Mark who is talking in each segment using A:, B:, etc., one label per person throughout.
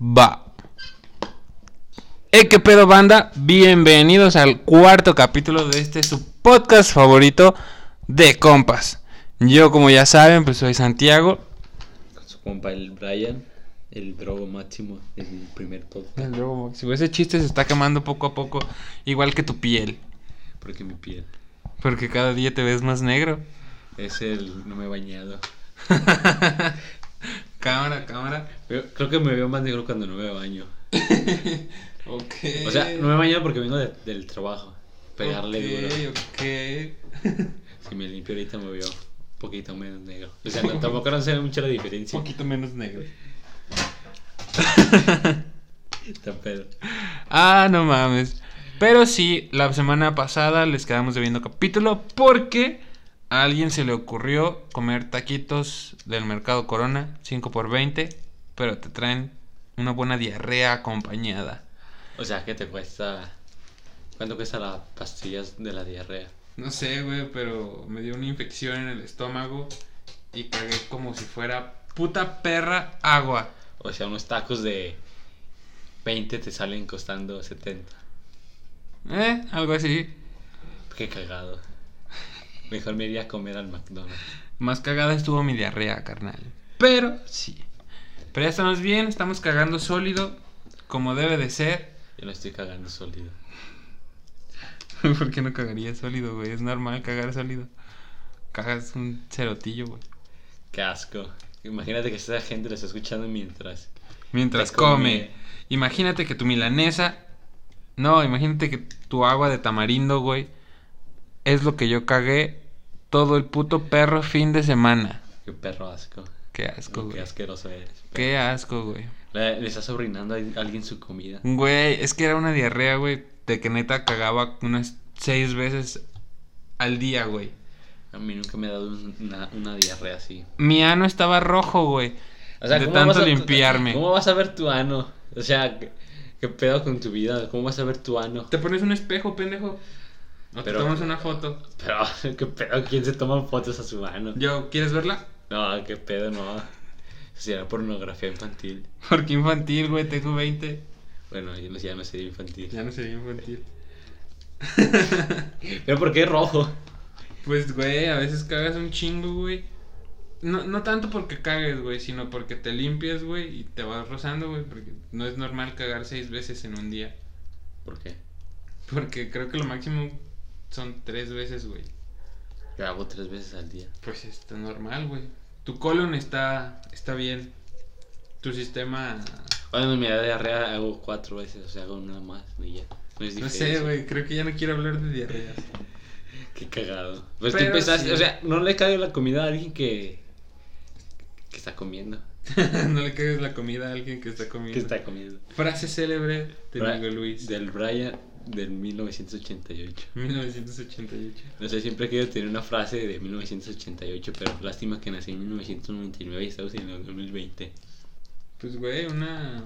A: Va. Hey, qué pedo, banda. Bienvenidos al cuarto capítulo de este su podcast favorito de compas. Yo, como ya saben, pues soy Santiago.
B: Con su compa el Brian, el drogo máximo, el primer podcast,
A: El Drogo Máximo. Ese chiste se está quemando poco a poco, igual que tu piel.
B: porque mi piel
A: Porque cada día te ves más negro.
B: es el no me he bañado.
A: cámara, cámara.
B: Pero creo que me veo más negro cuando no me baño.
A: Ok.
B: O sea, no me baño porque vengo de- del trabajo. Pegarle duro.
A: Ok, ok.
B: Si me limpio ahorita me veo un poquito menos negro. O sea, no- tampoco no se ve mucha la diferencia.
A: Un poquito menos negro.
B: Está pedo.
A: Ah, no mames. Pero sí, la semana pasada les quedamos debiendo capítulo porque a alguien se le ocurrió comer taquitos del mercado Corona, 5 por 20, pero te traen una buena diarrea acompañada.
B: O sea, ¿qué te cuesta? ¿Cuánto cuesta las pastillas de la diarrea?
A: No sé, güey, pero me dio una infección en el estómago y cagué como si fuera puta perra agua.
B: O sea, unos tacos de 20 te salen costando 70.
A: ¿Eh? Algo así.
B: Qué cagado. Mejor me iría a comer al McDonald's.
A: Más cagada estuvo mi diarrea, carnal. Pero sí. Pero ya estamos bien, estamos cagando sólido, como debe de ser.
B: Yo no estoy cagando sólido.
A: ¿Por qué no cagaría sólido, güey? Es normal cagar sólido. Cagas un cerotillo, güey.
B: Qué asco. Imagínate que esa gente lo está escuchando mientras.
A: Mientras
B: Te
A: come.
B: come.
A: Imagínate que tu milanesa. No, imagínate que tu agua de tamarindo, güey. Es lo que yo cagué todo el puto perro fin de semana.
B: Qué perro asco.
A: Qué asco,
B: Qué
A: güey.
B: asqueroso eres.
A: Qué asco, güey.
B: Le, le estás orinando a alguien su comida.
A: Güey, es que era una diarrea, güey, de que neta cagaba unas seis veces al día, güey.
B: A mí nunca me ha dado un- una, una diarrea así.
A: Mi ano estaba rojo, güey. de
B: ¿cómo
A: tanto
B: vas a-
A: limpiarme.
B: ¿Cómo vas a ver tu ano? O sea, ¿qué, qué pedo con tu vida? ¿Cómo vas a ver tu ano?
A: Te pones un espejo, pendejo. O te
B: Pero-
A: tomas una foto.
B: Pero, ¿qué pedo? ¿Quién se toma fotos a su ano?
A: Yo, ¿quieres verla?
B: No, qué pedo, no. Será pornografía infantil.
A: Porque infantil, güey, tengo 20.
B: Bueno, yo no- ya no sería infantil.
A: Ya no sería infantil.
B: Pero ¿por qué rojo?
A: Pues, güey, a veces cagas un chingo, güey. No, no tanto porque cagues, güey, sino porque te limpias, güey, y te vas rozando, güey, porque no es normal cagar seis veces en un día.
B: ¿Por qué?
A: Porque creo que lo máximo son tres veces, güey.
B: Yo hago tres veces al día.
A: Pues está normal, güey. Tu colon está, está bien. Tu sistema...
B: Cuando me da diarrea hago cuatro veces, o sea, hago una más y ya. No es
A: No
B: diferente.
A: sé, güey. Creo que ya no quiero hablar de diarreas.
B: Qué cagado. Pues tú
A: Pero
B: empezaste,
A: sí.
B: o sea, no le cae la comida a alguien que. que está comiendo.
A: no le cagues la comida a alguien que está comiendo.
B: Que está comiendo.
A: Frase célebre de
B: Bra-
A: Miguel Luis.
B: Del Brian del 1988.
A: 1988.
B: No sé, siempre he querido tener una frase de 1988, pero lástima que nací en 1999 y estamos en el 2020.
A: Pues, güey, una...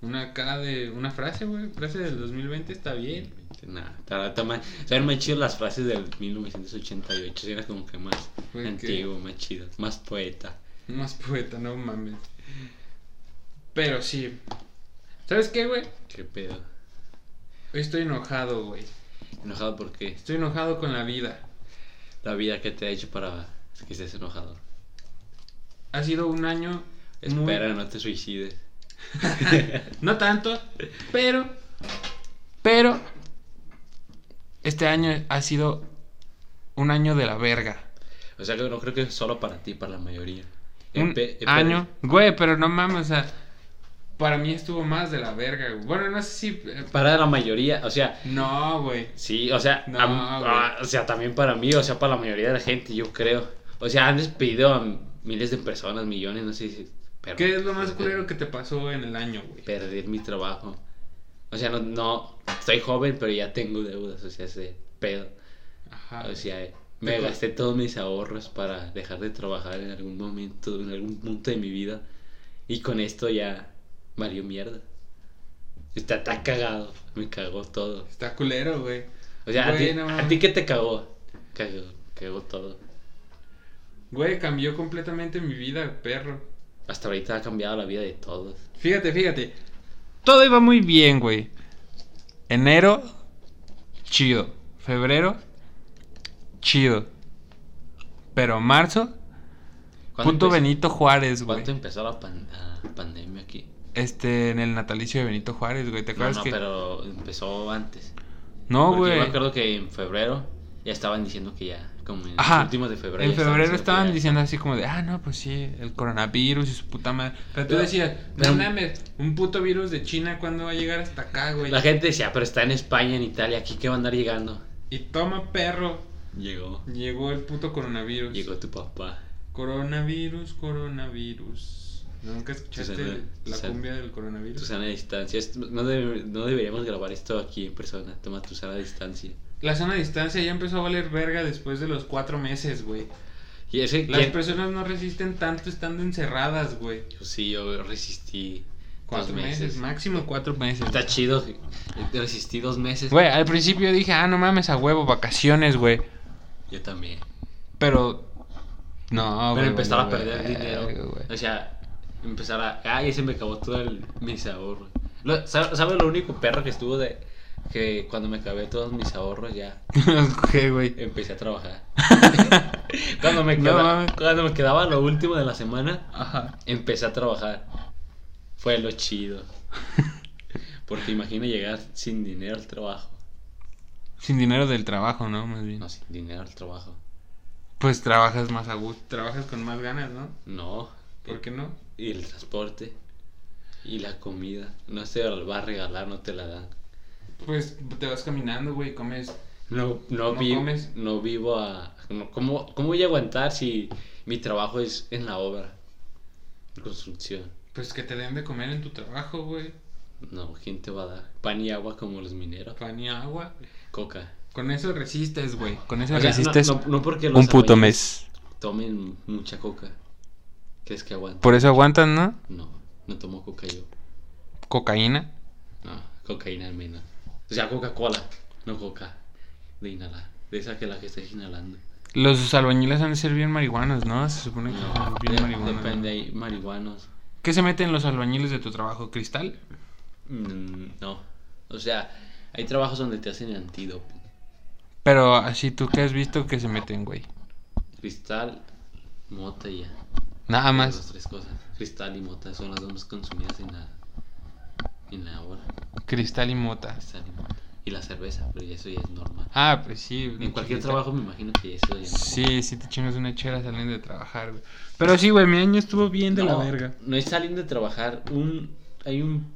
A: Una acá de... Una frase, güey. Frase del 2020 está bien.
B: Nada, está más. Saben más chido las frases del 1988, era como que más
A: Güey,
B: antiguo, más chido, más poeta.
A: Más poeta, no mames. Pero sí. ¿Sabes qué, güey?
B: Qué pedo.
A: Hoy estoy enojado, güey.
B: Enojado porque
A: Estoy enojado con la vida.
B: la vida que te ha hecho para que estés enojado.
A: Ha sido un año. muy-
B: Espera, no te suicides.
A: No tanto, pero. Pero. Este año ha sido un año de la verga.
B: O sea que no creo que es solo para ti, para la mayoría.
A: Un
B: Empe- empe-
A: año. Güey, pero no mames, o sea. Para mí estuvo más de la verga, güey. Bueno, no sé si. eh,
B: Para la mayoría, o sea,
A: No, güey.
B: sí, o sea,
A: No,
B: am-
A: güey.
B: ah, o sea, también para mí, o sea, para la mayoría de la gente, yo creo. O sea, han despedido a miles de personas, millones, no sé si. pero-
A: ¿Qué es lo más culero que te pasó en el año, güey?
B: perder mi trabajo. O sea, no, no, estoy joven, pero ya tengo deudas, o sea, ese pedo.
A: Ajá.
B: O sea, me
A: Te-
B: gasté todos mis ahorros para dejar de trabajar en algún momento, en algún punto de mi vida. Y con esto ya valió mierda. Está tan cagado, me cagó todo.
A: Está culero, güey.
B: O sea, a ti-
A: Bueno.
B: a ti, qué te cagó? Cagó, cagó todo.
A: Güey, cambió completamente mi vida, perro.
B: Hasta ahorita ha cambiado la vida de todos.
A: Fíjate, fíjate. Todo iba muy bien, güey. Enero, chido. Febrero, chido. Pero marzo,
B: ¿Cuándo
A: punto
B: empezó-
A: Benito Juárez, güey.
B: ¿Cuánto empezó la, pan- la pandemia aquí?
A: Este, en el natalicio de Benito Juárez, güey. ¿Te
B: No,
A: acuerdas
B: no,
A: que.?
B: pero empezó antes.
A: No,
B: Porque
A: güey.
B: Yo me acuerdo que en febrero ya estaban diciendo que ya, como en
A: Ajá.
B: los últimos de febrero.
A: En
B: ya
A: febrero
B: que
A: estaban
B: ya-
A: diciendo así como de, ah, no, pues sí, el coronavirus y su puta madre. Pero tú
B: Pero-
A: decías,
B: pero-
A: no mames, un puto virus de China, ¿cuándo va a llegar hasta acá, güey?
B: La gente decía, pero está en España, en Italia, aquí que va a andar llegando.
A: Y toma, perro,
B: Llegó.
A: llegó el puto coronavirus.
B: Llegó tu papá.
A: Coronavirus, coronavirus. ¿Nunca escuchaste
B: Susana,
A: la
B: Susana.
A: cumbia del coronavirus?
B: Tu sana distancia. Es- No, debe- no deberíamos grabar esto aquí en persona. Toma tu sana distancia.
A: La zona de distancia ya empezó a valer verga después de los cuatro meses, güey.
B: Y ese
A: Las
B: ¿quién?
A: personas no resisten tanto estando encerradas, güey.
B: Yo sí, yo resistí
A: Cuatro
B: dos meses.
A: meses. máximo cuatro meses.
B: Está chido. Resistí dos meses.
A: Güey, al principio dije, ah, no mames, a huevo, vacaciones, güey.
B: Yo también.
A: Pero. No,
B: pero
A: güey,
B: empezar a
A: valió
B: perder
A: verga,
B: dinero.
A: güey.
B: O sea, empezar a. Ay, se me acabó todo el, mis ahorros. Lo- ¿Sabes sabe lo único perro que estuvo de. que cuando me acabé todos mis ahorros ya
A: ¿Qué, güey?
B: empecé a trabajar? cuando, me
A: No
B: quedaba,
A: mames.
B: cuando me quedaba lo último de la semana,
A: Ajá.
B: empecé a trabajar. Fue lo chido. Porque imagina llegar sin dinero al trabajo.
A: Sin dinero del trabajo, ¿no? Más bien.
B: No, sin dinero al trabajo.
A: Pues trabajas más a gusto, trabajas con más ganas, ¿no?
B: No.
A: ¿Por qué no?
B: Y el transporte. Y la comida. No se la va a regalar, no te la dan.
A: Pues te vas caminando, güey, comes.
B: No,
A: ¿No
B: no, vi-
A: comes?
B: no vivo a... no, ¿cómo, ¿Cómo voy a aguantar si mi trabajo es en la obra? Construcción.
A: Pues que te den de comer en tu trabajo, güey.
B: No, ¿quién te va a dar? Pan y agua como los mineros.
A: Pan y agua.
B: Coca.
A: Con eso resistes, güey. Con eso
B: O sea,
A: resistes
B: no, no- no porque los
A: un puto
B: arroyos
A: mes.
B: Tomen mucha coca. ¿Crees que aguanta?
A: Por eso aguantan, ¿no?
B: No, no tomo coca yo.
A: Cocaína.
B: No, cocaína al menos. O sea, Coca-Cola, no coca. De inhalar. De esa que la que estás inhalando.
A: Los albañiles han de ser bien marihuanos, ¿no? Se supone que son
B: No,
A: bien
B: de-
A: marihuanos. ¿no?
B: depende, hay marihuanos.
A: ¿Qué se meten los albañiles de tu trabajo? ¿Cristal?
B: Mm, no. O sea, hay trabajos donde te hacen antídopo.
A: Pero así tú que has visto que se meten, güey.
B: Cristal, mota y ya.
A: Nada
B: Las
A: Ah, más.
B: tres cosas. Cristal y mota son las dos más consumidas en la, en la hora.
A: Cristal y mota.
B: Cristal y mota. Y la cerveza, pero ya eso ya es normal.
A: Ah, pues sí.
B: en
A: una
B: cualquier
A: chiquita.
B: trabajo me imagino que eso ya es
A: Sí, sí te chingas una chera saliendo de trabajar, güey. Pero sí, güey, mi año estuvo bien de la verga.
B: No es saliendo de trabajar. Un, hay un.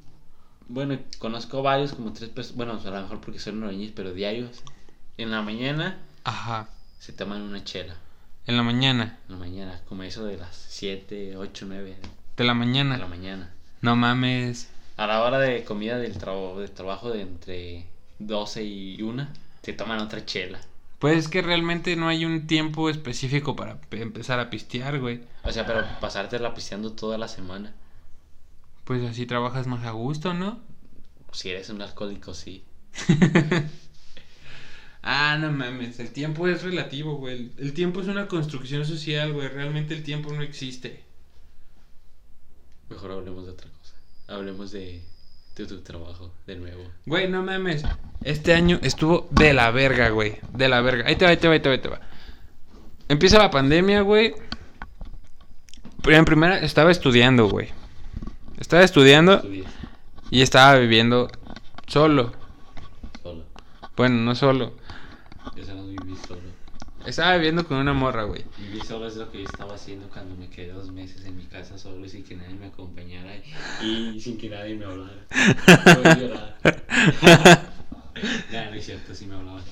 B: Bueno, conozco varios, como tres personas. Bueno, a lo mejor porque son norteños, pero diarios. En la mañana
A: Ajá.
B: se toman una chela.
A: En la mañana.
B: En la mañana, como eso de las 7, 8, 9
A: De la
B: de la
A: mañana.
B: mañana.
A: No mames.
B: A la hora de comida del, trabajo del trabajo de entre 12 y 1, se toman otra chela.
A: Pues es que realmente no hay un tiempo específico para pe- empezar a pistear, güey.
B: O sea, pero pasártela pisteando toda la semana.
A: Pues así trabajas más a gusto, ¿no?
B: Si eres un alcohólico, sí.
A: Ah, no mames, el tiempo es relativo, güey. El tiempo es una construcción social, güey. Realmente el tiempo no existe.
B: Mejor hablemos de otra cosa. Hablemos de, de tu trabajo, de nuevo.
A: Güey, no mames. Este año estuvo de la verga, güey. De la verga. Ahí te va, ahí te va, ahí te va, ahí te va. Empieza la pandemia, güey. Pero en primera estaba estudiando, güey. Estaba estudiando
B: Estudias
A: y estaba viviendo solo.
B: solo.
A: Bueno, no solo.
B: Yo no viví solo.
A: Estaba viviendo con una morra, güey.
B: Vivir solo es lo que yo estaba haciendo cuando me quedé dos meses en mi casa solo y sin que nadie me acompañara y sin que nadie me hablara. Voy a llorar. Nah, no es cierto, sí me hablaban.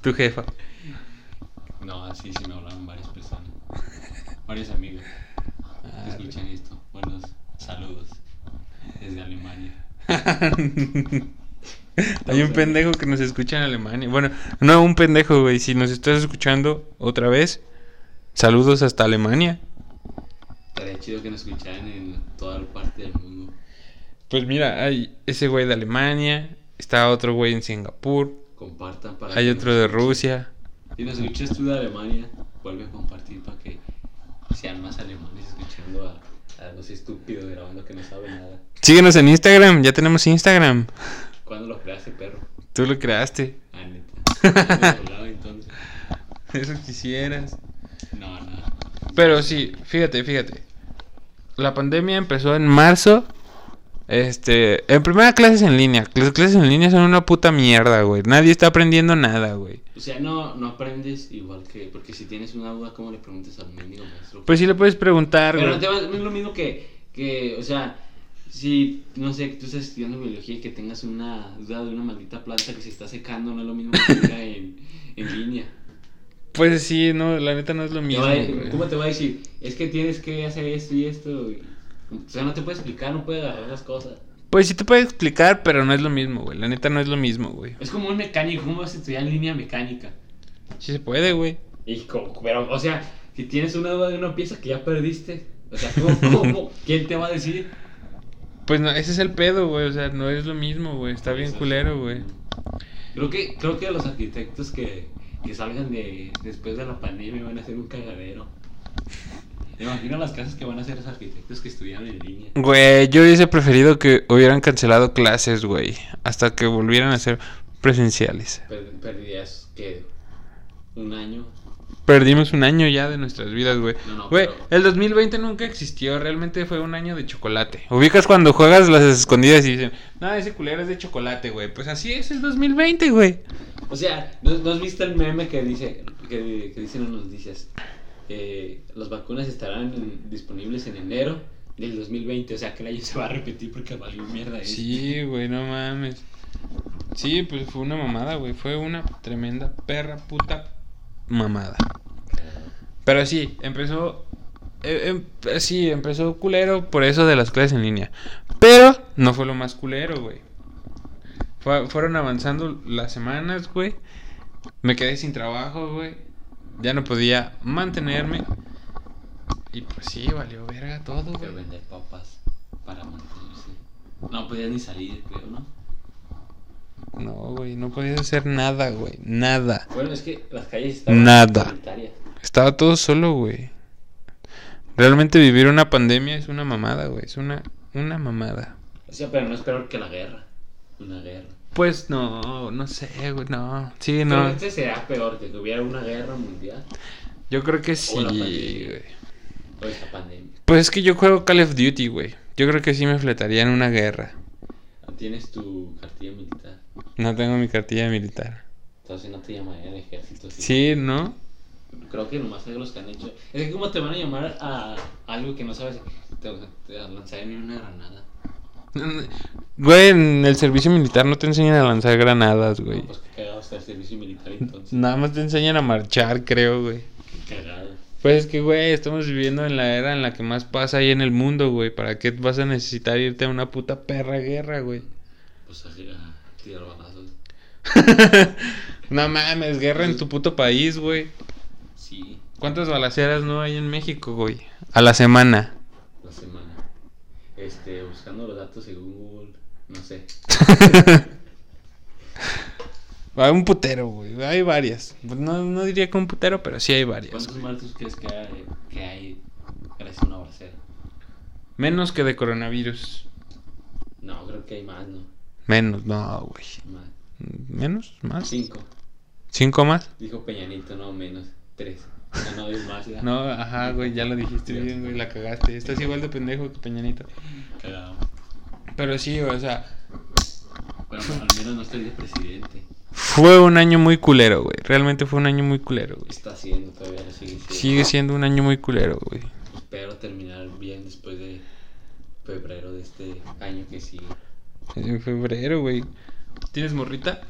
A: tu jefa.
B: No, así sí me hablaban varias personas. Varios amigos.
A: Ah,
B: que Escuchan esto. Buenos saludos. Desde Alemania.
A: Hay un pendejo que nos escucha en Alemania. Bueno, no un pendejo, güey. Si nos estás escuchando otra vez, saludos hasta Alemania.
B: Estaría chido que nos escucharan en toda parte del mundo.
A: Pues mira, hay ese güey de Alemania, está otro güey en Singapur,
B: Compartan para.
A: hay
B: que
A: otro
B: nos
A: de
B: escuchen.
A: Rusia.
B: Si nos escuchas tú de Alemania, vuelve a compartir para que sean más alemanes escuchando a, a los estúpidos grabando que no saben nada.
A: Síguenos en Instagram, ya tenemos Instagram.
B: ¿Cuándo lo creaste, perro?
A: Tú lo creaste.
B: Ah, neta. ¿De otro lado, entonces?
A: Eso quisieras.
B: No, no.
A: Pero sí, fíjate, fíjate. La pandemia empezó en marzo. Este, en primera clases en línea. Las clases en línea son una puta mierda, güey. Nadie está aprendiendo nada, güey.
B: O sea, no, no aprendes igual que. Porque si tienes una duda, ¿cómo le preguntas al mendigo maestro?
A: Pues sí le puedes preguntar,
B: Pero no
A: güey.
B: te va- no es lo mismo que, que, o sea, si, no sé, tú estás estudiando biología y que tengas una duda de una maldita planta que se está secando, no es lo mismo que tenga en, en línea.
A: Pues sí, no, la neta no es lo
B: Te
A: mismo,
B: va a-
A: güey.
B: ¿Cómo te va a decir? Es que tienes que hacer esto y esto. y- o sea, no te puede explicar, no puede agarrar las cosas.
A: Pues sí te puede explicar, pero no es lo mismo, güey. La neta no es lo mismo, güey.
B: Es como un mecánico, ¿cómo vas a estudiar en línea mecánica?
A: Sí se puede, güey.
B: Y como- pero, o sea, si tienes una duda de una pieza que ya perdiste, o sea, ¿cómo, cómo? ¿Quién te va a decir?
A: Pues no, ese es el pedo, güey. O sea, no es lo mismo, güey. Está bien culero, güey.
B: Creo que, creo que los arquitectos que, que salgan de, después de la pandemia van a ser un cagadero. Me imagino las casas que van a hacer los arquitectos que estudiaron en línea.
A: Güey, yo hubiese preferido que hubieran cancelado clases, güey. Hasta que volvieran a ser presenciales.
B: Per- perdías, ¿qué? ¿Un año?
A: Perdimos un año ya de nuestras vidas, güey.
B: No, no,
A: Güey,
B: pero-
A: el 2020 nunca existió, realmente fue un año de chocolate. Ubicas cuando juegas las escondidas y dicen, no, ese culero es de chocolate, güey. Pues así es el 2020, güey.
B: O sea, ¿no, no has visto el meme que dice que, que dicen en las noticias? Eh, las vacunas estarán en- disponibles en enero del 2020, o sea que el año se va a repetir porque valió mierda. eso.
A: Sí, güey, no mames. Sí, pues fue una mamada, güey. Fue una tremenda perra puta mamada. Pero sí, empezó. eh, em- sí, empezó culero por eso de las clases en línea. Pero no fue lo más culero, güey. Fue- fueron avanzando las semanas, güey. Me quedé sin trabajo, güey. Ya no podía mantenerme. Y pues sí, valió verga todo,
B: Pero
A: güey.
B: vender papas para mantenerse. No podías ni salir, creo, ¿no?
A: No, güey, no podías hacer nada, güey. Nada.
B: Bueno, es que las calles estaban
A: Nada.
B: solitarias.
A: Estaba todo solo, güey. Realmente vivir una pandemia es una mamada, güey. Es una, una mamada.
B: O sea, pero no es peor que la guerra. Una guerra.
A: Pues no, no sé, güey, no. Sí,
B: No.
A: no.
B: este será peor que que hubiera una guerra mundial
A: Yo creo que sí,
B: la
A: güey.
B: pandemia. o esta pandemia.
A: Pues es que yo juego Call of Duty, güey. Yo creo que sí me fletaría en una guerra.
B: Tienes tu cartilla militar.
A: No tengo mi cartilla militar.
B: Entonces no te llamaría el ejército.
A: Sí, ¿no?
B: Creo que nomás es los que han hecho. Es que cómo te van a llamar a algo que no sabes. Te, te lanzarían ni una granada.
A: Güey, en el servicio militar no te enseñan a lanzar granadas, güey.
B: No, pues qué cagado está el servicio militar entonces.
A: Nada más te enseñan a marchar, creo, güey.
B: Qué cagado.
A: Pues es que, güey, estamos viviendo en la era en la que más pasa ahí en el mundo, güey. ¿Para qué vas a necesitar irte a una puta perra guerra, güey?
B: Pues a, a tirar balazos.
A: No mames, guerra en tu puto país, güey.
B: Sí,
A: ¿Cuántas balaceras no hay en México, güey? A la semana.
B: la semana. Este, buscando los datos en Google, no sé.
A: Hay un putero, güey. Hay varias. No, no diría que un putero, pero sí hay varias.
B: ¿Cuántos muertos crees que hay, que hay gracias a una balacera?
A: Menos que de coronavirus.
B: No, creo que hay más, ¿no?
A: Menos, no, güey.
B: Más.
A: ¿Menos? ¿Más?
B: Cinco.
A: ¿Cinco más?
B: Dijo Peñanito, no, menos. Tres. O sea, no hay más, ¿verdad?
A: No, ajá, güey, ya lo dijiste bien, güey, la cagaste. Estás igual de pendejo que Peñanito.
B: Cagado.
A: Pero sí, o sea,
B: Bueno, al menos no estoy de presidente.
A: Fue un año muy culero, güey. Realmente fue un año muy culero, güey.
B: pues, Está haciendo todavía, lo sigue siendo.
A: Sigue siendo un año muy culero, güey.
B: Espero terminar bien después de febrero de este año que sigue.
A: En febrero, güey. ¿Tienes morrita?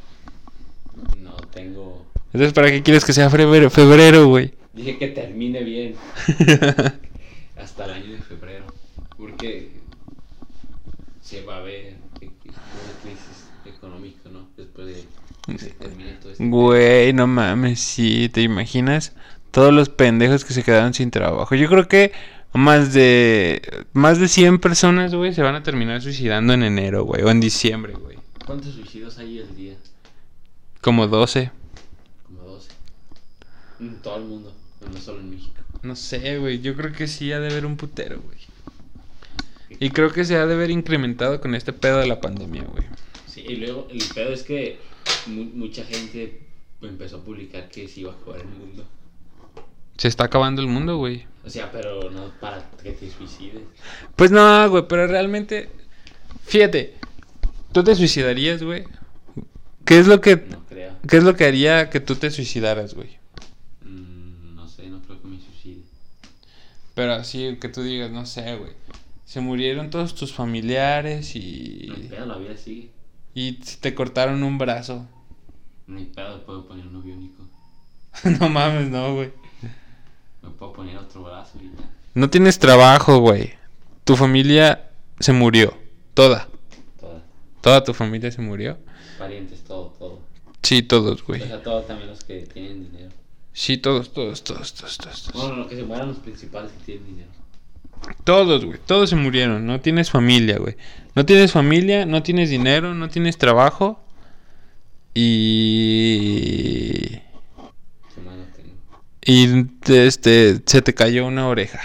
B: No tengo.
A: Entonces, ¿para qué quieres que sea febrero, febrero güey?
B: Dije que termine bien. hasta el año de febrero, porque se va a ver e- e- una crisis económica, ¿no? Después de que se termine todo esto.
A: Güey, no mames, sí, ¿te imaginas? Todos los pendejos que se quedaron sin trabajo. Yo creo que más de más de 100 personas, güey, se van a terminar suicidando en enero, güey, o en diciembre, güey.
B: ¿Cuántos suicidios hay al día?
A: Como 12.
B: Como 12. En todo el mundo, no solo en México.
A: No sé, güey. Yo creo que sí ha de haber un putero, güey. Y creo que se ha de haber incrementado con este pedo de la pandemia, güey.
B: Sí, y luego el pedo es que mu- mucha gente empezó a publicar que se iba a acabar el mundo.
A: Se está acabando el mundo, güey.
B: O sea, pero no para que te suicides.
A: Pues no, güey, pero realmente. Fíjate, ¿tú te suicidarías, güey? ¿Qué es lo que.
B: No creo.
A: ¿Qué es lo que haría que tú te suicidaras, güey?
B: Mm, no sé, no creo que me suicide.
A: Pero así que tú digas, no sé, güey. Se murieron todos tus familiares
B: No hay
A: y.
B: pedo, la vida sigue.
A: Y te cortaron un brazo.
B: No hay pedo, puedo poner uno biónico.
A: no mames, no, güey.
B: Me puedo poner otro brazo y ya.
A: No tienes trabajo, güey. Tu familia se murió. Toda.
B: Todas.
A: Toda tu familia se murió.
B: Parientes, todo, todo.
A: Sí, todos,
B: O
A: güey.
B: sea, todos también los que tienen dinero.
A: Sí, todos, todos, todos, todos, todos. Todos,
B: Bueno, los que se mueran los principales que tienen dinero.
A: Todos, güey. Todos se murieron. No tienes familia, güey. No tienes familia, no tienes dinero, no tienes trabajo. Y...
B: Que más no tengo.
A: Y este, se te cayó una oreja.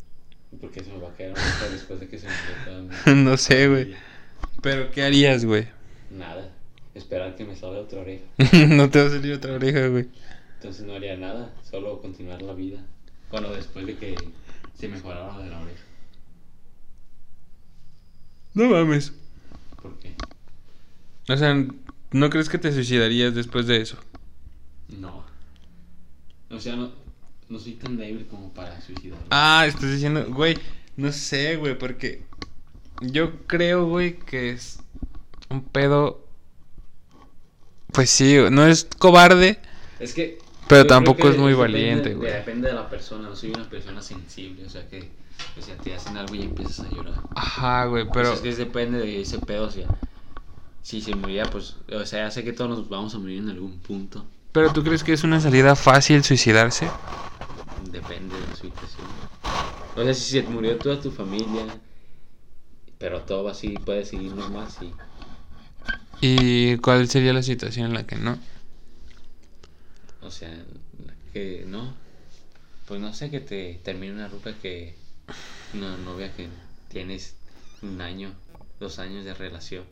B: Porque se me va a caer una oreja después de que se me toda mi-
A: no sé, güey. Pero ¿qué harías, güey?
B: Nada. Esperar que me salga otra oreja.
A: no te va a salir otra oreja, güey.
B: Entonces no haría nada, solo continuar la vida. Bueno, después de que se mejorara lo de la oreja.
A: No mames.
B: ¿Por qué?
A: O sea, ¿no crees que te suicidarías después de eso?
B: No. O sea, no, no soy tan débil como para suicidarme.
A: Ah, estás diciendo, güey, no sé, güey, porque yo creo, güey, que es un pedo... Pues sí, no es cobarde.
B: Es que.
A: Pero
B: yo creo
A: tampoco
B: que
A: es muy
B: depende-
A: valiente,
B: de-
A: güey.
B: Depende de la persona, no soy una persona sensible, o sea que. O sea, te hacen algo y empiezas a llorar.
A: Ajá, güey,
B: Pero.
A: pero...
B: Es que depende de ese pedo, o sea. Si se moría, pues. O sea, ya sé que todos nos vamos a morir en algún punto.
A: Pero tú crees que es una salida fácil suicidarse?
B: Depende de la situación. O sea, si se murió toda tu familia. Pero todo va así, puede seguir normal, sí.
A: ¿Y cuál sería la situación en la que no?
B: O sea, que no. Pues no sé que te termine una ruca que. Una novia que tienes un año, dos años de relación.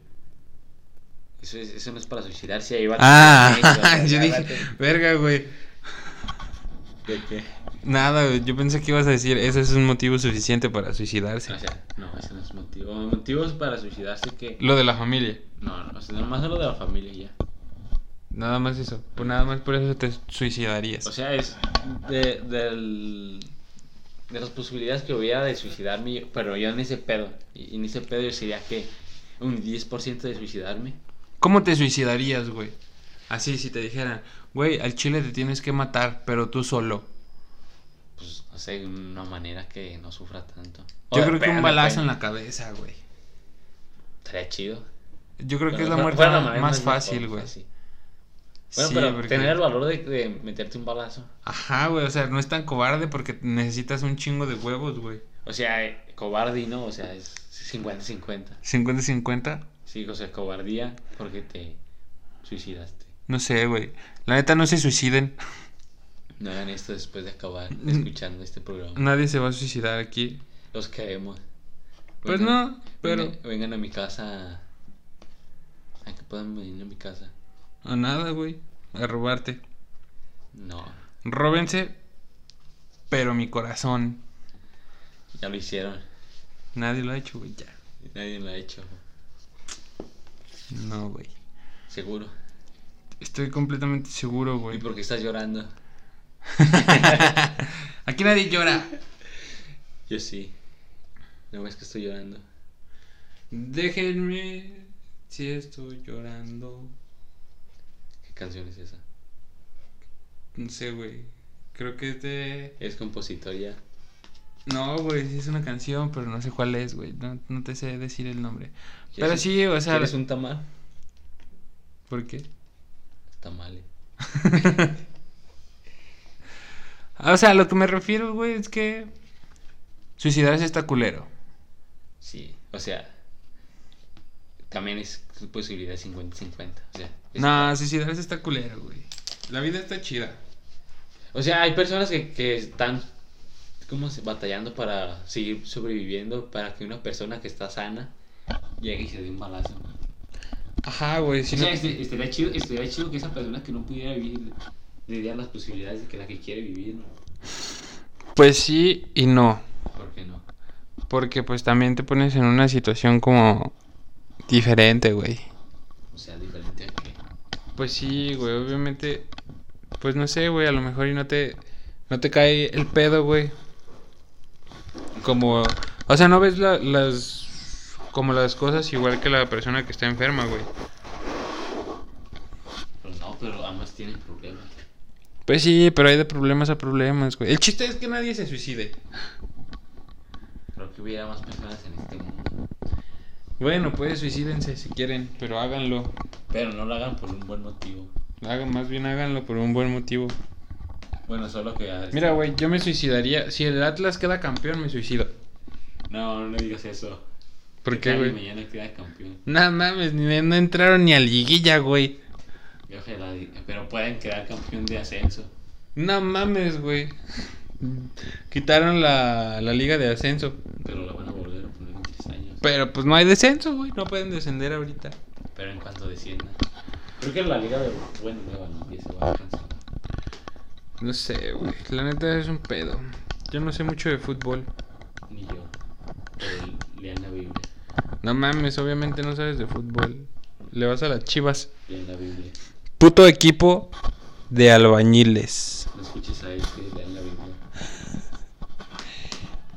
B: Eso, es- eso no es para suicidarse. Ahí va
A: Ah, yo dije, verga, güey.
B: ¿De qué?
A: Nada, güey, yo pensé que ibas a decir, ese es un motivo suficiente para suicidarse.
B: O sea, no, ese no es motivo. Motivos para suicidarse que.
A: Lo de la familia.
B: No, no, o sea, nomás lo de la familia y ya.
A: Nada más eso. Por nada más por eso te suicidarías.
B: O sea, es de, del- de las posibilidades que hubiera de suicidarme, pero yo en ese pedo, y en ese pedo yo sería que un 10% de suicidarme.
A: ¿Cómo te suicidarías, güey? Así, si te dijeran, güey, al chile te tienes que matar, pero tú solo.
B: Pues no sé, una manera que no sufra tanto.
A: Yo creo que un balazo en la cabeza, güey.
B: Estaría chido.
A: Yo creo que
B: Bueno,
A: es la
B: fuera-
A: muerte
B: fuera la
A: más,
B: manera
A: fácil, güey.
B: pues, Bueno,
A: Sí,
B: pero
A: porque-
B: tener el valor de, de meterte un balazo.
A: Ajá, güey, o sea, no es tan cobarde porque necesitas un chingo de huevos, güey.
B: O sea, eh, cobarde y no, o sea, es 50-50.
A: 50-50.
B: Sí, o sea, cobardía porque te suicidaste.
A: No sé, güey. La neta, no se suiciden.
B: No hagan esto después de acabar
A: Mm.
B: escuchando este programa.
A: Nadie se va a suicidar aquí.
B: Los queremos.
A: Pues
B: Vengan-
A: no, pero-
B: Vengan, vengan a mi casa. A que puedan venir a mi casa.
A: A nada, güey. A robarte.
B: No,
A: Róbense, pero mi corazón.
B: ya lo hicieron.
A: Nadie lo ha hecho, güey, ya.
B: Nadie lo ha hecho.
A: No, güey.
B: Seguro.
A: Estoy completamente seguro,
B: ¿Y
A: güey.
B: por qué estás llorando?
A: Aquí nadie llora.
B: Yo sí. No ves que estoy llorando.
A: Déjenme si estoy llorando.
B: ¿Qué canción es esa?
A: No sé, güey. Creo que es de...
B: ¿Es compositor ya?
A: No, güey, sí es una canción, pero no sé cuál es, güey. No, no te sé decir el nombre. Pero
B: ¿Quieres-
A: sí, o sea...
B: ¿Quieres un tamal?
A: ¿Por qué?
B: Tamales.
A: Ah, O sea, lo que me refiero, güey, es que... Suicidarse está culero.
B: Sí, o sea. También es posibilidad 50-50. O sea, es-
A: No, suicidarse está culero, güey. La vida está chida.
B: O sea, hay personas que, que están como se- batallando para seguir sobreviviendo, para que una persona que está sana llegue y se dé un balazo.
A: Ajá, güey. Si
B: o
A: no...
B: sea, este- estaría, chido, estaría chido que esa persona que no pudiera vivir le diera las posibilidades de que la que quiere vivir, ¿no?
A: Pues sí y no.
B: ¿Por qué no?
A: Porque pues también te pones en una situación como diferente, güey.
B: O sea, diferente a que...
A: Pues sí, güey, obviamente. Pues no sé, güey, a lo mejor y no te. No te cae el pedo, güey. Como. O sea, no ves la- las. Como las cosas igual que la persona que está enferma, güey.
B: Pero pues no, pero ambas tienen problemas.
A: Pues sí, pero hay de problemas a problemas, güey. El chiste es que nadie se suicide.
B: Creo que hubiera más personas en este mundo.
A: Bueno, pues suicídense si quieren, pero háganlo.
B: Pero no lo hagan por un buen motivo.
A: Hagan, más bien háganlo por un buen motivo.
B: Bueno, solo que... este-
A: Mira, güey, yo me suicidaría. Si el Atlas queda campeón, me suicido.
B: No, no le digas eso.
A: ¿Por
B: Que
A: qué,
B: Cali
A: güey?
B: mañana queda campeón.
A: No mames, ni- no entraron ni a liguilla, güey.
B: Y ojalá di- Pero pueden quedar campeón de ascenso.
A: No mames, güey. Quitaron la, la liga de ascenso.
B: Pero la van a volver a poner en tres años.
A: Pero pues no hay descenso, güey. No pueden descender ahorita.
B: Pero en cuanto descienda. Creo que la liga de bueno de Valdivia se va a alcanzar.
A: No sé, güey. La neta es un pedo. Yo no sé mucho de fútbol.
B: Ni yo. Pero lean la Biblia.
A: No mames, obviamente no sabes de fútbol. Le vas a las chivas.
B: Lean la Biblia.
A: Puto equipo de albañiles.
B: No escuches a este él que lean la Biblia.